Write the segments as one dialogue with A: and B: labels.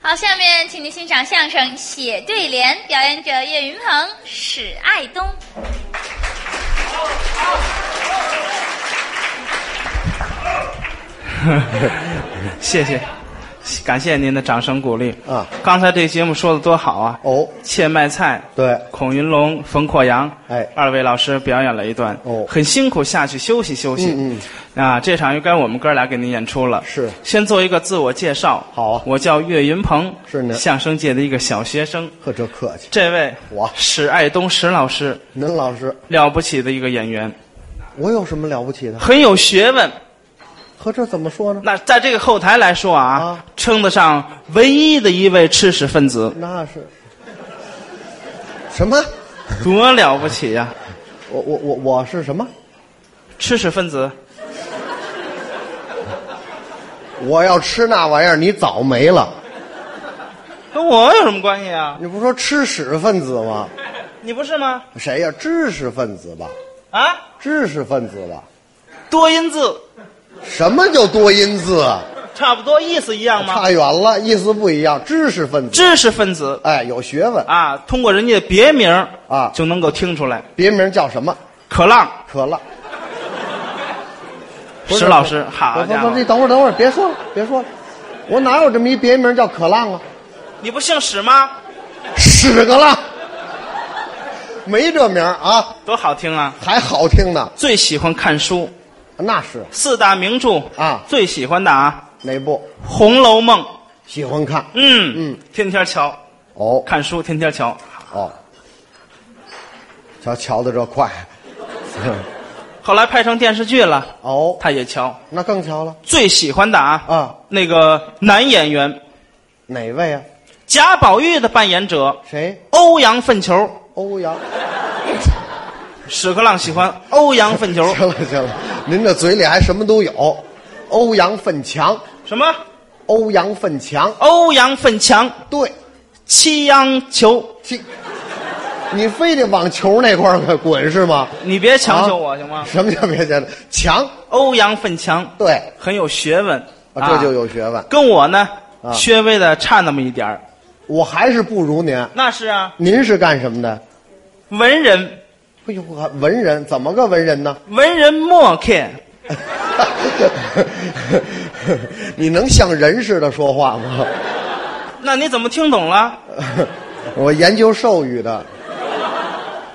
A: 好，下面请您欣赏相声《写对联》，表演者岳云鹏、史爱东。
B: 谢谢，感谢您的掌声鼓励。
C: 啊，
B: 刚才这节目说的多好啊！
C: 哦，
B: 切卖菜，
C: 对，
B: 孔云龙、冯阔阳，
C: 哎
B: 二位老师表演了一段，
C: 哦
B: 很辛苦，下去休息休息。
C: 嗯
B: 啊，这场又该我们哥俩给您演出了。
C: 是
B: 先做一个自我介绍。
C: 好啊
B: 我叫岳云鹏，
C: 是您
B: 相声界的一个小学生。
C: 呵，这客气。
B: 这位
C: 我
B: 史爱东史老师，
C: 您老师，
B: 了不起的一个演员，
C: 我有什么了不起的？
B: 很有学问。
C: 呵，这怎么说呢？
B: 那在这个后台来说啊，
C: 啊
B: 称得上唯一的一位吃屎分子，
C: 那是什么？
B: 多了不起呀、
C: 我我我我是什么？
B: 吃屎分子，
C: 我要吃那玩意儿，你早没了。
B: 跟我有什么关系啊？
C: 你不说吃屎分子吗？
B: 你不是吗？
C: 谁呀、知识分子吧，
B: 啊，
C: 知识分子吧。
B: 多音字，
C: 什么叫多音字？啊？
B: 差不多意思一样吗？
C: 差远了，意思不一样。知识分子，
B: 知识分子
C: 哎，有学问。
B: 啊，通过人家的别名
C: 啊
B: 就能够听出来。
C: 别名叫什么？
B: 可浪
C: 可浪。不是
B: 史老师，好
C: 不不
B: 家
C: 不，
B: 伙
C: 你，等会儿，等会儿，别说了，别说了，我哪有这么一别名叫可浪啊？
B: 你不姓史吗？
C: 屎个浪，没这名儿啊，
B: 多好听啊！
C: 还好听呢。
B: 最喜欢看书，
C: 那是
B: 四大名著
C: 啊
B: 最喜欢的啊，
C: 哪部？
B: 《红楼梦》。
C: 喜欢看
B: 嗯
C: 嗯，
B: 天天瞧，
C: 哦
B: 看书天天瞧，
C: 哦，瞧瞧的这快，
B: 后来拍成电视剧了，
C: 哦，
B: 他也瞧。
C: 那更瞧了
B: 最喜欢的啊，
C: 啊。
B: 那个男演员
C: 哪位啊？
B: 贾宝玉的扮演者
C: 谁？
B: 欧阳粪球，
C: 欧阳。
B: 屎壳郎喜欢欧阳粪 球，
C: 行了行了，您这嘴里还什么都有。欧阳奋强，
B: 什么
C: 欧阳奋强，
B: 欧阳粪强、
C: 对，
B: 七央球，
C: 这你非得往球那块儿滚是吗？
B: 你别强求
C: 啊
B: 我、行吗？
C: 什么叫别觉得强？
B: 欧阳粪强
C: 对，
B: 很有学问，
C: 啊，这
B: 有
C: 就有学问。
B: 跟我呢，
C: 啊
B: 稍微的差那么一点儿。
C: 我还是不如您。
B: 那是啊，
C: 您是干什么的？
B: 文人
C: 哎呦，我文人怎么个文人呢？
B: 文人墨客，
C: 你能像人似的说话吗？
B: 那你怎么听懂了？
C: 我研究兽语的。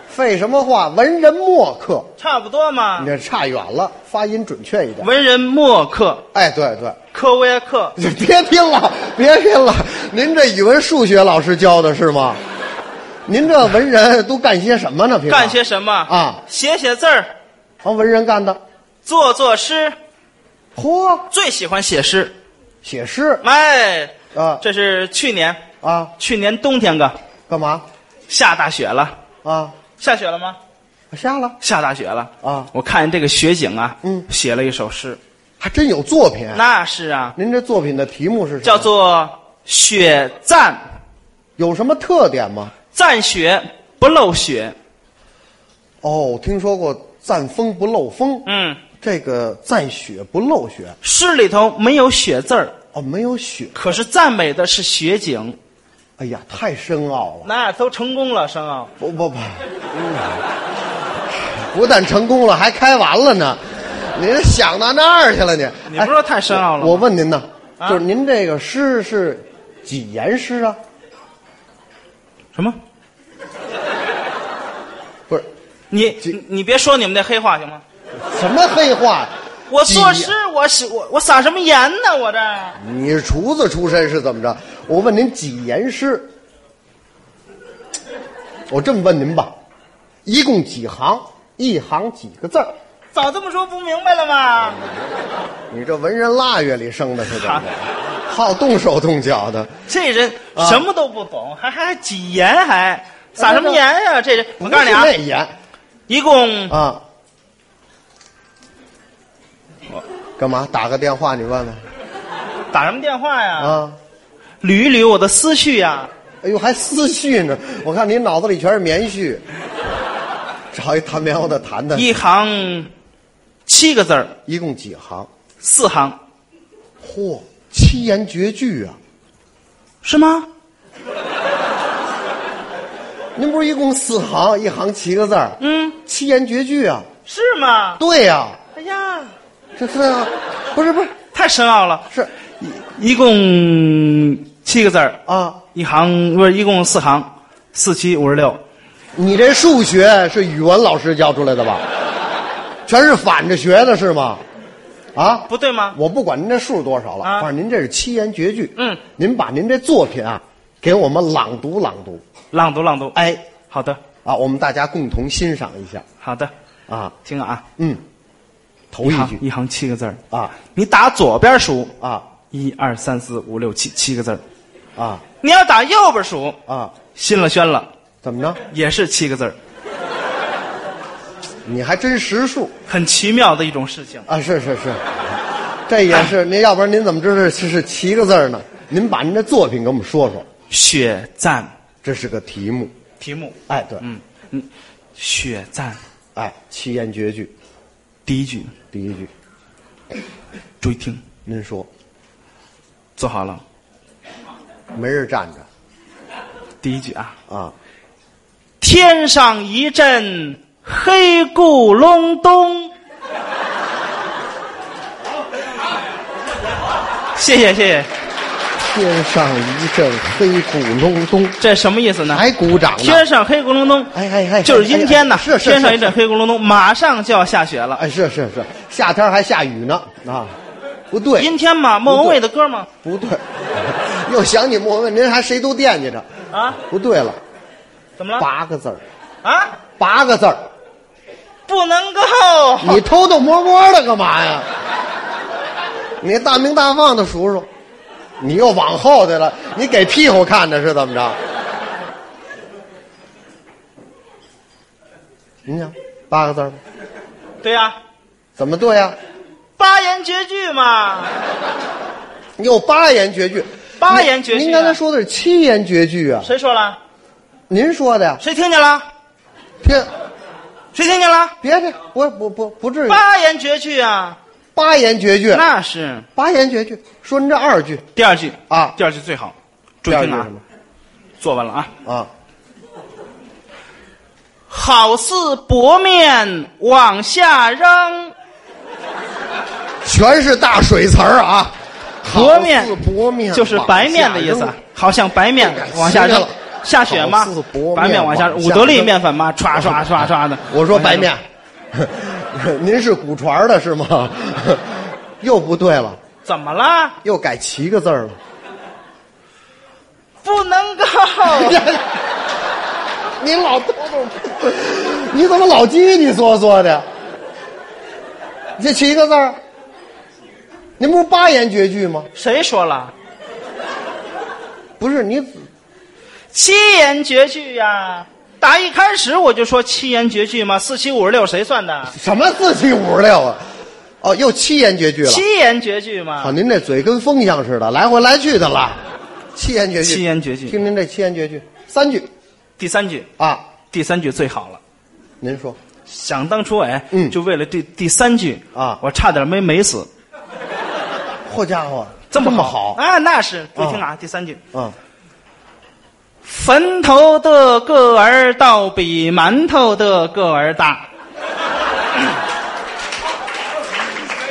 C: 废什么话？文人墨客，
B: 差不多嘛
C: 你。这差远了，发音准确一点。
B: 文人墨客，
C: 哎，对对，
B: 科威克，
C: 你 别拼了，别拼了，您这语文、数学老师教的是吗？您这文人都干些什么呢？平常
B: 干些什么
C: 啊？
B: 写写字儿，
C: 啊，文人干的。
B: 做做诗，
C: 嚯，
B: 最喜欢写诗。
C: 写诗
B: 哎，
C: 啊
B: 这是去年，
C: 啊，
B: 去年冬天个，
C: 干嘛
B: 下大雪了，
C: 啊？
B: 下雪了吗？
C: 瞎了
B: 下大雪了。
C: 啊？
B: 我看这个雪景啊，
C: 嗯
B: 写了一首诗，
C: 还真有作品。
B: 那是啊，
C: 您这作品的题目是什么
B: 叫做《雪赞》，
C: 有什么特点吗？
B: 赞雪不漏雪。
C: 哦，听说过“赞风不漏风”，
B: 嗯，
C: 这个“赞雪不漏雪
B: 诗里头没有雪字儿，”
C: 哦，没有雪。
B: 可是赞美的是雪景，
C: 哎呀，太深奥了！
B: 那都成功了，申奥。
C: 不不不，嗯不但成功了，还开完了呢。您想到那儿去了你？哎
B: 你不是说太深奥了吗
C: 我问您呢，
B: 啊
C: 就是您这个诗是几言诗啊？
B: 什么？
C: 不是
B: 你
C: 这
B: 你你别说你们那黑话行吗？
C: 什么黑话呀？
B: 我
C: 几
B: 作诗，我写我我撒什么盐呢？我这
C: 你是厨子出身是怎么着？我问您几言诗？我这么问您吧，一共几行？一行几个字儿？
B: 早这么说不明白了吗？
C: 你这文人腊月里生的是怎么着？ 好动手动脚的，
B: 这人
C: 啊
B: 什么都不懂，还还还挤盐还撒什么盐呀、这人我告诉你啊
C: 不，是那言
B: 一共
C: 啊。干嘛？打个电话你问问
B: 打什么电话呀？
C: 啊？
B: 捋一捋我的思绪呀、
C: 哎呦，还思绪呢！我看你脑子里全是棉絮，找一弹棉花的弹弹。
B: 一行七个字儿，
C: 一共几行？
B: 四行
C: 嚯，七言绝句啊！
B: 是吗？
C: 您不是一共四行，一行七个字儿，
B: 嗯，
C: 七言绝句啊？
B: 是吗？
C: 对呀、
B: 哎呀，
C: 这是啊，不是不是
B: 太深奥了，
C: 是
B: 一共七个字儿，
C: 啊，
B: 一行不是一共四行，四七五十六。
C: 你这数学是语文老师教出来的吧？全是反着学的是吗？啊，
B: 不对吗？
C: 我不管您这数多少了，
B: 啊
C: 反正您这是七言绝句。
B: 嗯，
C: 您把您这作品啊，给我们朗读朗读。
B: 朗读朗读。哎，
C: 哎，
B: 好的，
C: 啊，我们大家共同欣赏一下
B: 好的，
C: 啊。
B: 听啊，
C: 嗯，头
B: 一
C: 一
B: 行
C: 句
B: 一行七个字儿，
C: 啊
B: 你打左边数，
C: 啊
B: 一二三四五六七七个字儿，
C: 啊
B: 你要打右边数，
C: 啊，
B: 新了宣了，
C: 怎么着？
B: 也是七个字儿，
C: 你还真识数
B: 很奇妙的一种事情。
C: 啊！是是是，这也是您，要不然您怎么知道这是七个字儿呢？您把您的作品给我们说说，
B: 血赞，
C: 这是个题目。
B: 题目，
C: 哎，对，
B: 嗯嗯，血赞，
C: 哎，七言绝句，
B: 第一句，
C: 第一句，
B: 注意听，
C: 您说，
B: 坐好了，
C: 没人站着
B: 第一句啊，
C: 啊，
B: 天上一阵黑咕隆咚。谢谢谢谢，
C: 天上一阵黑咕隆咚，
B: 这什么意思呢？
C: 还鼓掌呢。
B: 天上黑咕隆咚，
C: 哎哎哎
B: 就是阴天呐，
C: 哎哎是是
B: 天上一阵黑咕隆咚，马上就要下雪了。
C: 哎，是是是，夏天还下雨呢啊，不对，
B: 阴天嘛，莫文蔚的歌嘛，
C: 不对， 又想起莫文蔚，您还谁都惦记着，
B: 啊，
C: 不对了，
B: 怎么了？
C: 八个字儿，
B: 啊，
C: 八个字儿，
B: 不能够，
C: 你偷偷摸摸的干嘛呀？你大明大放的数数，你又往后去了，你给屁股看的是怎么着？您讲八个字儿吧
B: 对呀、
C: 怎么对呀、
B: 八言绝句嘛，
C: 又八言绝句，
B: 八言绝句啊
C: 您您刚才说的是七言绝句啊？
B: 谁说了？
C: 您说的呀？
B: 谁听见了？
C: 天，
B: 谁听见了？
C: 别这，不不不不至于。
B: 八言绝句啊，
C: 八言绝句，
B: 那是。
C: 八言绝句，说您这二句
B: 第二句
C: 啊
B: 第二句最好，注
C: 第
B: 意
C: 二句
B: 听啊
C: 什，么
B: 做完了啊。
C: 啊？
B: 好似薄面往下扔，
C: 哎全是大水词儿啊！
B: 薄面
C: 好似薄面
B: 就是白面的意思啊，好像白面往下
C: 哎这
B: 扔
C: 个奇了。
B: 下雪吗
C: 好似薄面？
B: 白面往下，
C: 往
B: 扔，
C: 下
B: 五得利
C: 扔
B: 面粉吗？唰唰唰唰的。哎
C: 我说白面
B: 往下，
C: 您是古传的是吗？ 又不对了，
B: 扔怎么了？
C: 又改七个字儿了。
B: 不能够。
C: 你老偷偷，你怎么老叽叽嗦嗦的？这七个字儿，您不是八言绝句吗？
B: 谁说了？
C: 不是你
B: 七言绝句呀！打一开始我就说七言绝句嘛，四七五十六谁算的？
C: 什么四七五十六啊？哦，又七言绝句了。
B: 七言绝句
C: 啊，
B: 嘛，
C: 您这嘴跟风一样似的，来回来去的啦。七言绝句，
B: 七言绝句
C: 听您这七言绝句，三句
B: 第三句，
C: 啊，
B: 第三句最好了。
C: 您说
B: 想当初，哎，
C: 嗯
B: 就为了第第三句
C: 啊
B: 我差点没没死，
C: 好家伙，
B: 么
C: 么好
B: 啊！那是，注意听啊，第三句，
C: 啊！
B: 坟头的个儿倒比馒头的个儿大，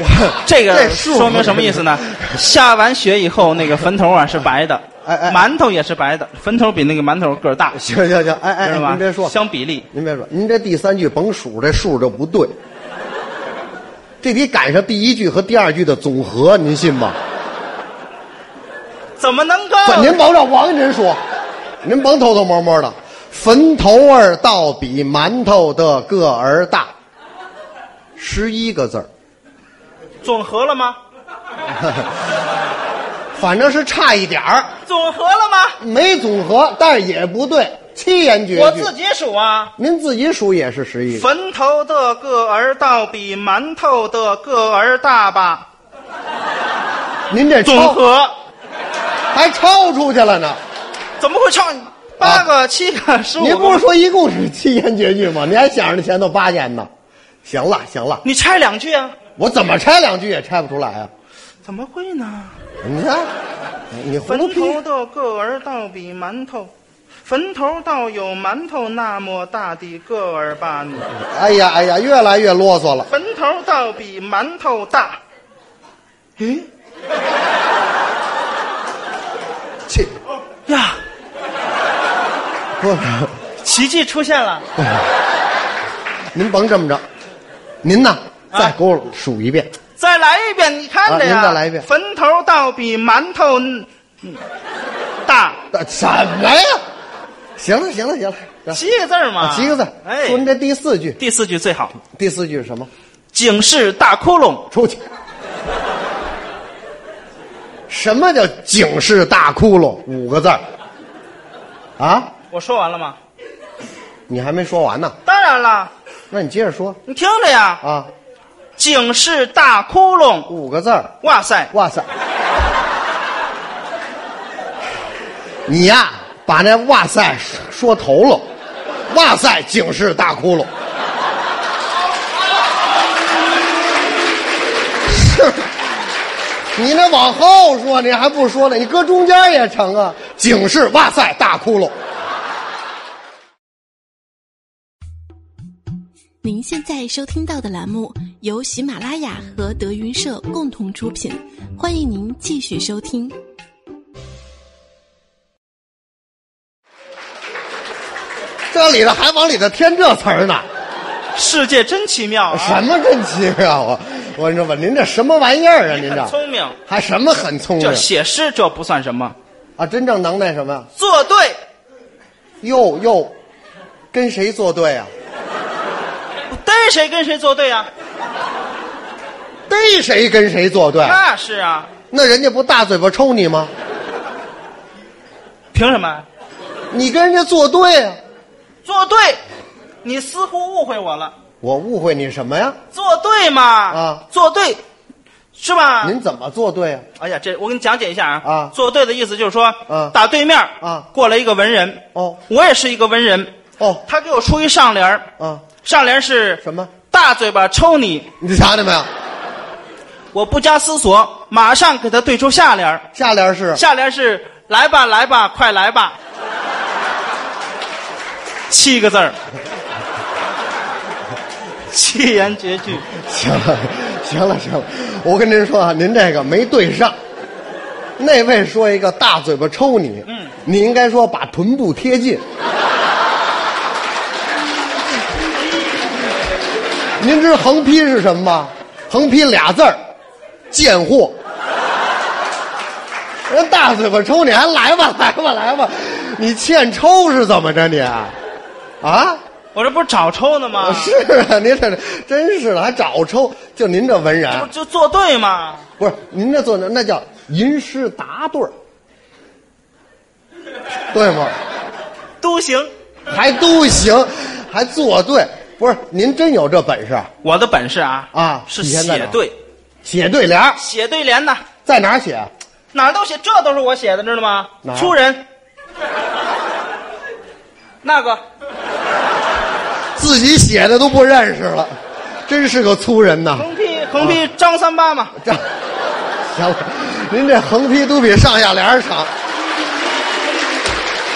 C: 我
B: 这个
C: 数
B: 说明什么意思呢？下完雪以后，那个坟头啊是白的，
C: 哎哎
B: 馒头也是白的，坟头比那个馒头个儿大，
C: 行行行，哎
B: 知
C: 哎，
B: 道吧？
C: 您别说，
B: 相比例，
C: 您别说，您这第三句甭数这数就不对，这得赶上第一句和第二句的总和，您信吗？
B: 怎么能够？
C: 怎您甭照我跟您说，您甭偷偷摸摸的，坟头儿倒比馒头的个儿大，十一个字儿。
B: 总和了吗？
C: 反正是差一点儿，
B: 总和了吗？
C: 没总和，但是也不对，七言绝句。
B: 我自己数啊。
C: 您自己数也是十一个，
B: 坟头的个儿倒比馒头的个儿大吧？
C: 您这
B: 总
C: 超
B: 和
C: 还超出去了呢。
B: 怎么会超八个、七个、十五个？
C: 啊您不是说一共是七言绝句吗？您还想着那前头八言呢？行了行了，
B: 你拆两句啊？
C: 我怎么拆两句也拆不出来啊！
B: 怎么会呢？
C: 你看，你葫芦
B: 坟头
C: 皮，
B: 的个儿倒比馒头，坟头倒有馒头那么大的个儿吧你？
C: 哎呀哎呀，越来越啰嗦了。
B: 坟头倒比馒头大。咦
C: 切，
B: 哎呀，
C: 不，
B: 奇迹出现了！
C: 您甭这么着，您呐
B: 啊
C: 再给我数一遍，
B: 再来一遍，你看着呀。
C: 啊您再来一遍
B: 坟头倒比馒头嗯嗯大，
C: 啊什么呀？行了行了行了，行
B: 七个字儿嘛，
C: 啊七个字。
B: 哎，
C: 说您这第四句，
B: 第四句最好，
C: 第四句是什么？
B: 警示大窟窿。
C: 出去。什么叫警示大窟窿五个字儿？啊，
B: 我说完了吗？
C: 你还没说完呢，
B: 当然了，
C: 那你接着说
B: 你听着呀，
C: 啊，
B: 警示大窟窿。
C: 五个字儿。
B: 哇塞，
C: 哇塞，你呀、把那哇塞说头了，哇塞，警示大窟窿， 你那往后说，你还不说呢？你搁中间也成啊！警示哇塞大窟窿。
D: 您现在收听到的栏目由喜马拉雅和德云社共同出品，欢迎您继续收听。
C: 这里头还往里头添这词儿呢，
B: 世界真奇妙啊！
C: 什么真奇妙啊！我跟你说吧，您这什么玩意儿啊？您
B: 很
C: 这
B: 聪明，
C: 还什么很聪明
B: 这写诗这不算什么，
C: 啊？真正能耐什么呀？
B: 做对
C: 哟哟，跟谁作对啊？
B: 逮谁跟谁作对啊？
C: 逮谁跟谁作对？
B: 那是啊，
C: 那人家不大嘴巴抽你吗？
B: 凭什么？
C: 你跟人家作对啊！
B: 作对，你似乎误会我了。
C: 我误会你什么呀？
B: 作对嘛，
C: 啊
B: 作对，是吧？
C: 您怎么作对啊？
B: 哎呀，这我给你讲解一下啊。
C: 啊
B: 作对的意思就是说，
C: 嗯
B: 打对面
C: 啊
B: 过来一个文人，
C: 哦
B: 我也是一个文人，
C: 哦
B: 他给我出一上联儿
C: 啊，
B: 上联是
C: 什么？
B: 大嘴巴抽你，
C: 你瞧见没有？
B: 我不加思索，马上给他对出下联儿
C: 下联是
B: 下联是来吧来吧，快来吧，七个字儿，七言绝句。
C: 行了，行了，行了。我跟您说啊，您这个没对上。那位说一个大嘴巴抽你，
B: 嗯，
C: 你应该说把臀部贴近。您知道横批是什么吗？横批俩字儿，贱货。人大嘴巴抽你还来吧来吧来吧，你欠抽是怎么着你？啊？
B: 我这不是找抽呢吗？
C: 是啊，您这真是的，还找抽，就您这文人
B: 这不，就作对吗？
C: 不是您这做的那叫吟诗答对儿，对吗？
B: 都行，
C: 还都行，还做对，不是您真有这本事？
B: 我的本事啊
C: 啊
B: 是
C: 体现在哪
B: 写
C: 儿
B: 对，
C: 写对联儿
B: 写对联呐，
C: 在哪儿写？
B: 哪儿都写，这都是我写的，知道吗
C: 哪？儿
B: 出人， 那个
C: 自己写的都不认识了，真是个粗人呐！
B: 横批啊横批张三八嘛，
C: 这行了，您这横批都比上下联儿长。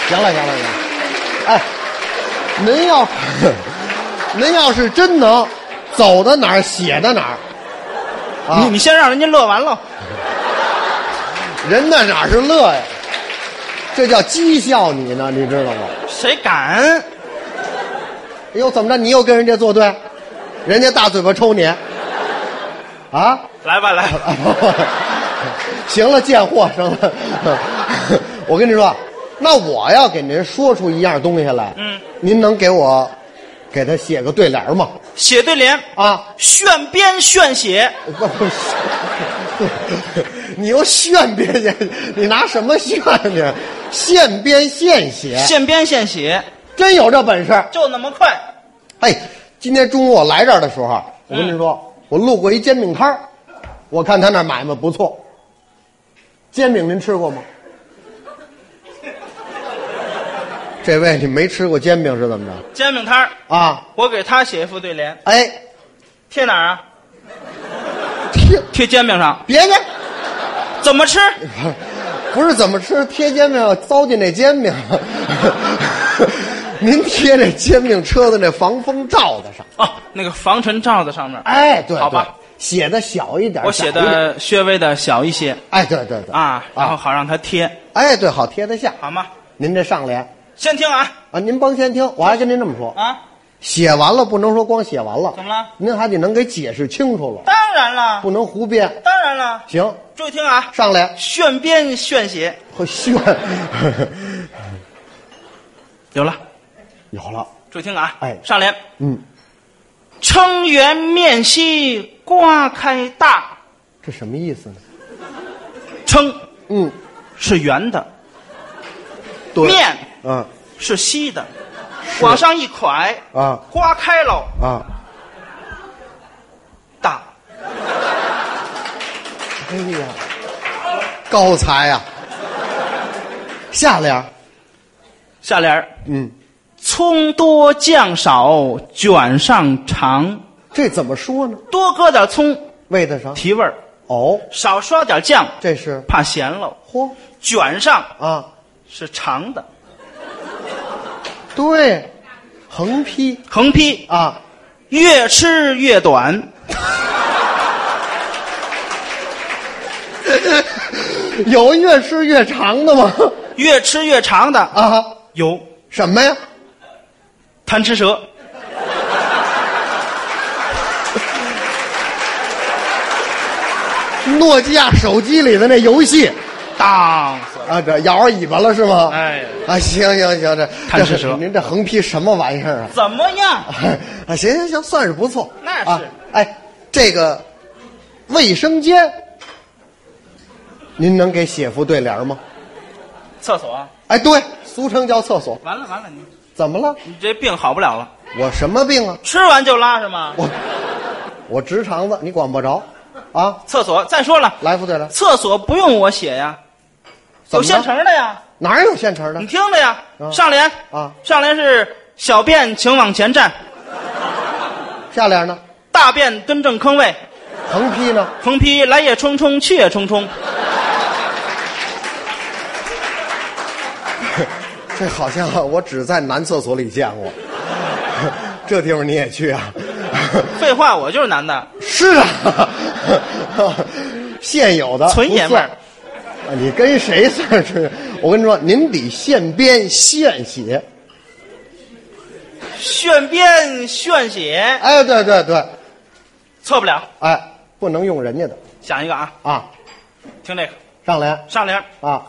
C: 行了行了行了，哎，您要您要是真能走到哪儿写到哪儿，啊
B: 你你先让人家乐完了，
C: 人那哪儿是乐呀？这叫讥笑你呢，你知道吗？
B: 谁敢？
C: 哎呦，怎么着？你又跟人家作对？人家大嘴巴抽你？啊？
B: 来吧来，
C: 行了，贱货生了。我跟你说，啊那我要给您说出一样东西来，
B: 嗯，
C: 您能给我给他写个对联吗？
B: 写对联，
C: 啊，
B: 炫编炫写，
C: 不不是，你又炫别去，你拿什么炫呢？ 现编现写，
B: 现编现写，
C: 真有这本事？
B: 就那么快。
C: 哎，今天中午我来这儿的时候，啊我跟您说，
B: 嗯
C: 我路过一煎饼摊儿，我看他那儿买卖不错。煎饼您吃 过吗？这位你没吃过煎饼是怎么着
B: 煎饼摊儿，
C: 啊？
B: 我给他写一副对联，
C: 哎，
B: 贴哪儿啊？
C: 贴
B: 贴煎饼上。
C: 别介，
B: 怎么吃？
C: 不是怎么吃贴煎饼，要糟践这煎饼。 您贴这煎饼车的那防风罩子上。
B: 哦，那个防尘罩子上面，
C: 哎，对，
B: 好吧
C: 对，写的小一点，
B: 我写
C: 窄一点，
B: 的略微的小一些
C: 哎，对对对，
B: 啊，然后好让它贴，
C: 哎，对，好贴得下。
B: 好吗？
C: 您这上联
B: 先听啊
C: 啊，您甭先听，我还跟您这么说，
B: 啊，
C: 写完了不能说光写完了，
B: 怎么了？
C: 您还得能给解释清楚了，
B: 当然了，
C: 不能胡编。
B: 当然了，
C: 行，
B: 注意听啊，
C: 上联
B: 炫编炫写，
C: 和炫，
B: 有了，
C: 有了，
B: 注意听啊，
C: 哎
B: 上联，
C: 嗯，
B: 撑圆面稀瓜开大，
C: 这什么意思呢？
B: 撑
C: 嗯，
B: 是圆的，
C: 对，
B: 面
C: 嗯
B: 是稀的，往上一蒯，
C: 啊
B: 瓜开喽，
C: 啊，
B: 大，
C: 哎呀，高才呀、下联
B: 下联儿
C: 嗯，
B: 葱多酱少卷上肠，
C: 这怎么说呢？
B: 多搁点葱
C: 为的啥？
B: 提味儿，
C: 哦，
B: 少刷点酱
C: 这是
B: 怕咸喽。
C: 嚯
B: 卷上
C: 啊，
B: 是长的，
C: 对，横批
B: 横批
C: 啊，
B: 越吃越短。
C: 有越吃越长的吗？
B: 越吃越长的
C: 啊，
B: 有
C: 什么呀？
B: 贪吃蛇，
C: 诺基亚手机里的那游戏
B: 当死了。
C: 啊，这摇着尾巴了是吗？
B: 哎，
C: 啊，行行行，这
B: 贪吃蛇
C: 这您这横批什么玩意儿啊？
B: 怎么样？
C: 啊，行行行，算是不错。
B: 那是
C: 啊，哎，这个卫生间，您能给写副对联吗？
B: 厕所啊，
C: 哎，对，俗称叫厕所，
B: 完了完了，你
C: 怎么了？
B: 你这病好不了了，
C: 我什么病啊？
B: 吃完就拉是吗？
C: 我我直肠子，你管不着啊！
B: 厕所，再说了，
C: 来副对联，
B: 厕所不用我写呀，
C: 怎
B: 有
C: 么
B: 现
C: 着
B: 成的呀，
C: 哪儿有现成的
B: 你？听着呀。
C: 啊
B: 上联
C: 啊，
B: 上联是小便请往前站，
C: 下联呢？
B: 大便蹲正坑位，
C: 横批呢？
B: 横批来也匆匆去也匆匆。
C: 这好像我只在男厕所里见过， 这地方你也去啊？
B: 废话，我就是男的，
C: 是啊， 现有的
B: 纯爷们儿
C: 不算啊你跟谁算是？我跟你说，您得现编现写。
B: 炫编炫写，
C: 哎，对对对，
B: 错不了。
C: 哎，不能用人家的
B: 想一个啊，
C: 啊。
B: 听这个
C: 上联
B: 上联，
C: 啊，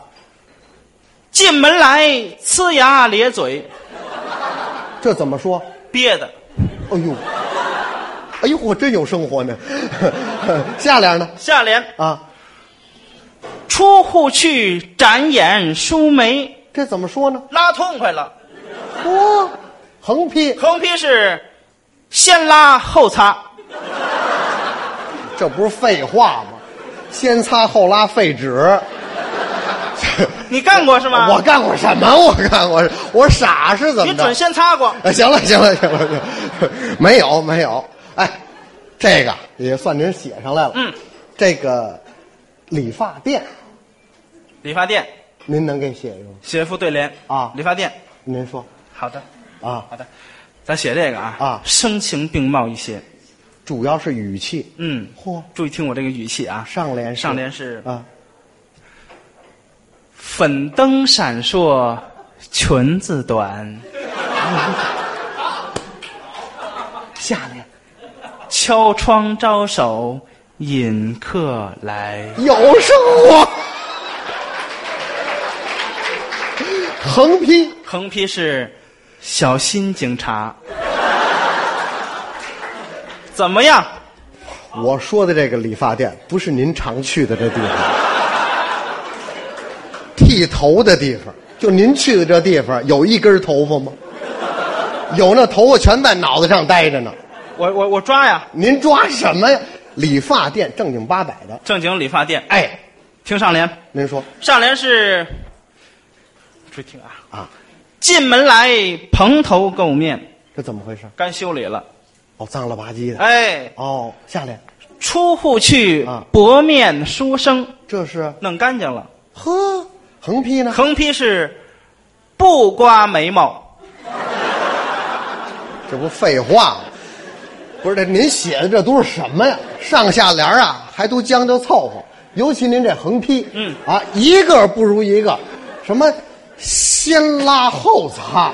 B: 进门来呲牙咧嘴，
C: 这怎么说？
B: 憋的
C: 哎呦，哎呦，我真有生活呢。 下联呢？
B: 下联
C: 啊，
B: 出户去展眼舒眉，
C: 这怎么说呢？
B: 拉痛快了。
C: 嚯、横批，
B: 横批是先拉后擦，
C: 这不是废话吗？先擦后拉废纸。
B: 你干过是吗？
C: 我干过什么？我干过，我傻是怎么
B: 你
C: 着
B: 准？先擦过。
C: 哎，行了，行了，行了，行了，没有，没有。哎，这个也算您写上来了。
B: 嗯，
C: 这个理发店，
B: 理发店
C: 您能给写一个吗？
B: 写副对联
C: 啊
B: 理发店
C: 您说
B: 好的
C: 啊，
B: 好的，咱写这个啊
C: 啊
B: 声情并茂一些。
C: 主要是语气。
B: 嗯，
C: 嚯，
B: 注意听我这个语气啊，
C: 上联是
B: 上联是
C: 啊，
B: 粉灯闪烁，裙子短，
C: 下联
B: 敲窗招手引客来。
C: 有生活。横批
B: 横批是“小心警察”，怎么样？
C: 我说的这个理发店不是您常去的这地方，剃头的地方，就您去的这地方有一根头发吗？有那头发全在脑袋上待着呢，
B: 我我我抓呀！
C: 您抓什么呀？理发店正经八百的，
B: 正经理发店，
C: 哎，
B: 听上联，
C: 您说
B: 上联是，注意听啊
C: 啊！
B: 进门来蓬头垢面，
C: 这怎么回事？
B: 该修理了。
C: 哦，脏了吧唧的，
B: 哎，
C: 哦，下来，
B: 出户去
C: 啊
B: 薄面书生，
C: 这是
B: 弄干净了。
C: 呵，横批呢？
B: 横批是不刮眉毛，
C: 这不废话吗？不是这您写的这都是什么呀？上下联啊，还都将就凑合。尤其您这横批，
B: 嗯
C: 啊，一个不如一个，什么先拉后擦，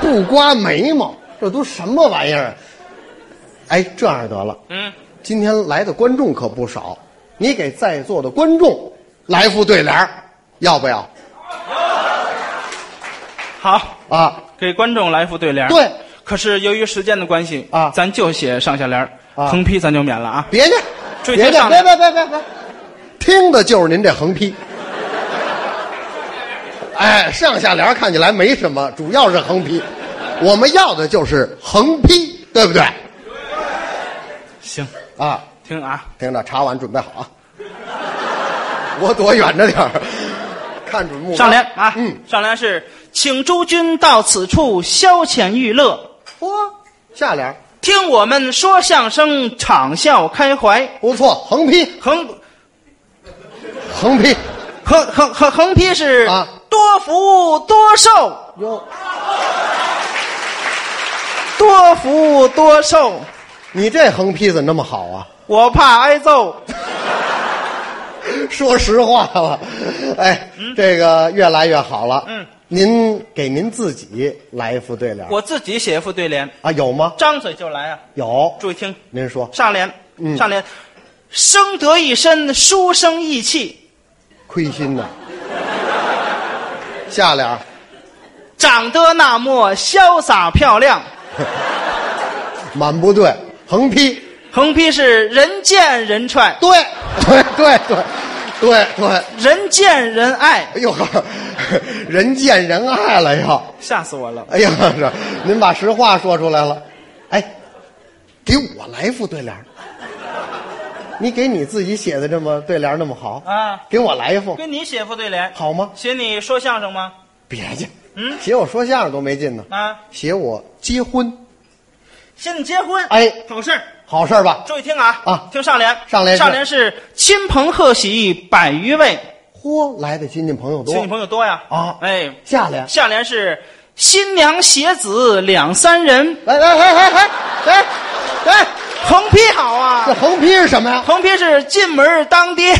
C: 不刮眉毛，这都什么玩意儿啊？哎，这样得了，
B: 嗯，
C: 今天来的观众可不少，你给在座的观众来副对联儿要不要？
B: 好，
C: 啊，
B: 给观众来副对联。
C: 对，
B: 可是由于时间的关系
C: 啊
B: 咱就写上下联儿，
C: 啊
B: 横批咱就免了啊。
C: 别介，
B: 追
C: 别
B: 求
C: 介，
B: 上
C: 别
B: 来
C: 别别别别，听的就是您这横批。哎，上下联看起来没什么，主要是横批。我们要的就是横批，对不对？
B: 行，
C: 啊，
B: 听啊，
C: 听着，茶碗准备好啊。我躲远着点儿，看准目标。
B: 上联啊，
C: 嗯，
B: 上联是请诸君到此处消遣娱乐，
C: 嚯，下联
B: 听我们说相声，场笑开怀。
C: 不错，横批，
B: 横
C: 横批。
B: 横横横横批是
C: 啊
B: 多福多寿，
C: 哟，
B: 多福多寿，
C: 你这横批怎么那么好啊？
B: 我怕挨揍。
C: 说实话了，哎，这个越来越好了。
B: 嗯，
C: 您给您自己来一副对联儿
B: 我自己写一副对联，
C: 啊？有吗？
B: 张嘴就来啊！
C: 有。
B: 注意听，
C: 您说，
B: 上联，
C: 嗯
B: 上联，生得一身书生意气，
C: 亏 心呐。下联儿
B: 长得那么潇洒漂亮。
C: 满不对，横批，
B: 横批是人见人踹，
C: 对， 对对对对对。
B: 人见人爱，
C: 哎呦呵，人见人爱了要。
B: 吓死我了！
C: 哎呀，这您把实话说出来了。哎，给我来一副对联儿。你给你自己写的这么对联儿那么好
B: 啊
C: 给我来一副
B: 跟你写副对联，
C: 好吗？
B: 写你说相声吗？
C: 别介，
B: 嗯
C: 写我说相声都没劲呢，
B: 啊，
C: 写我结婚，
B: 写你结婚，
C: 哎
B: 好事儿。
C: 好事儿吧？
B: 注意听啊
C: 啊
B: 听上联，
C: 上联是
B: 上联是亲朋贺喜百余位，
C: 嚯，来的亲戚朋友多
B: 亲戚。朋友多呀
C: 啊
B: 哎，
C: 下联，
B: 下联是新娘携子两三人，哎
C: 来来来来来来 来，
B: 横批好
C: 这
B: 啊，
C: 横批是什么呀？
B: 横批是进门当爹。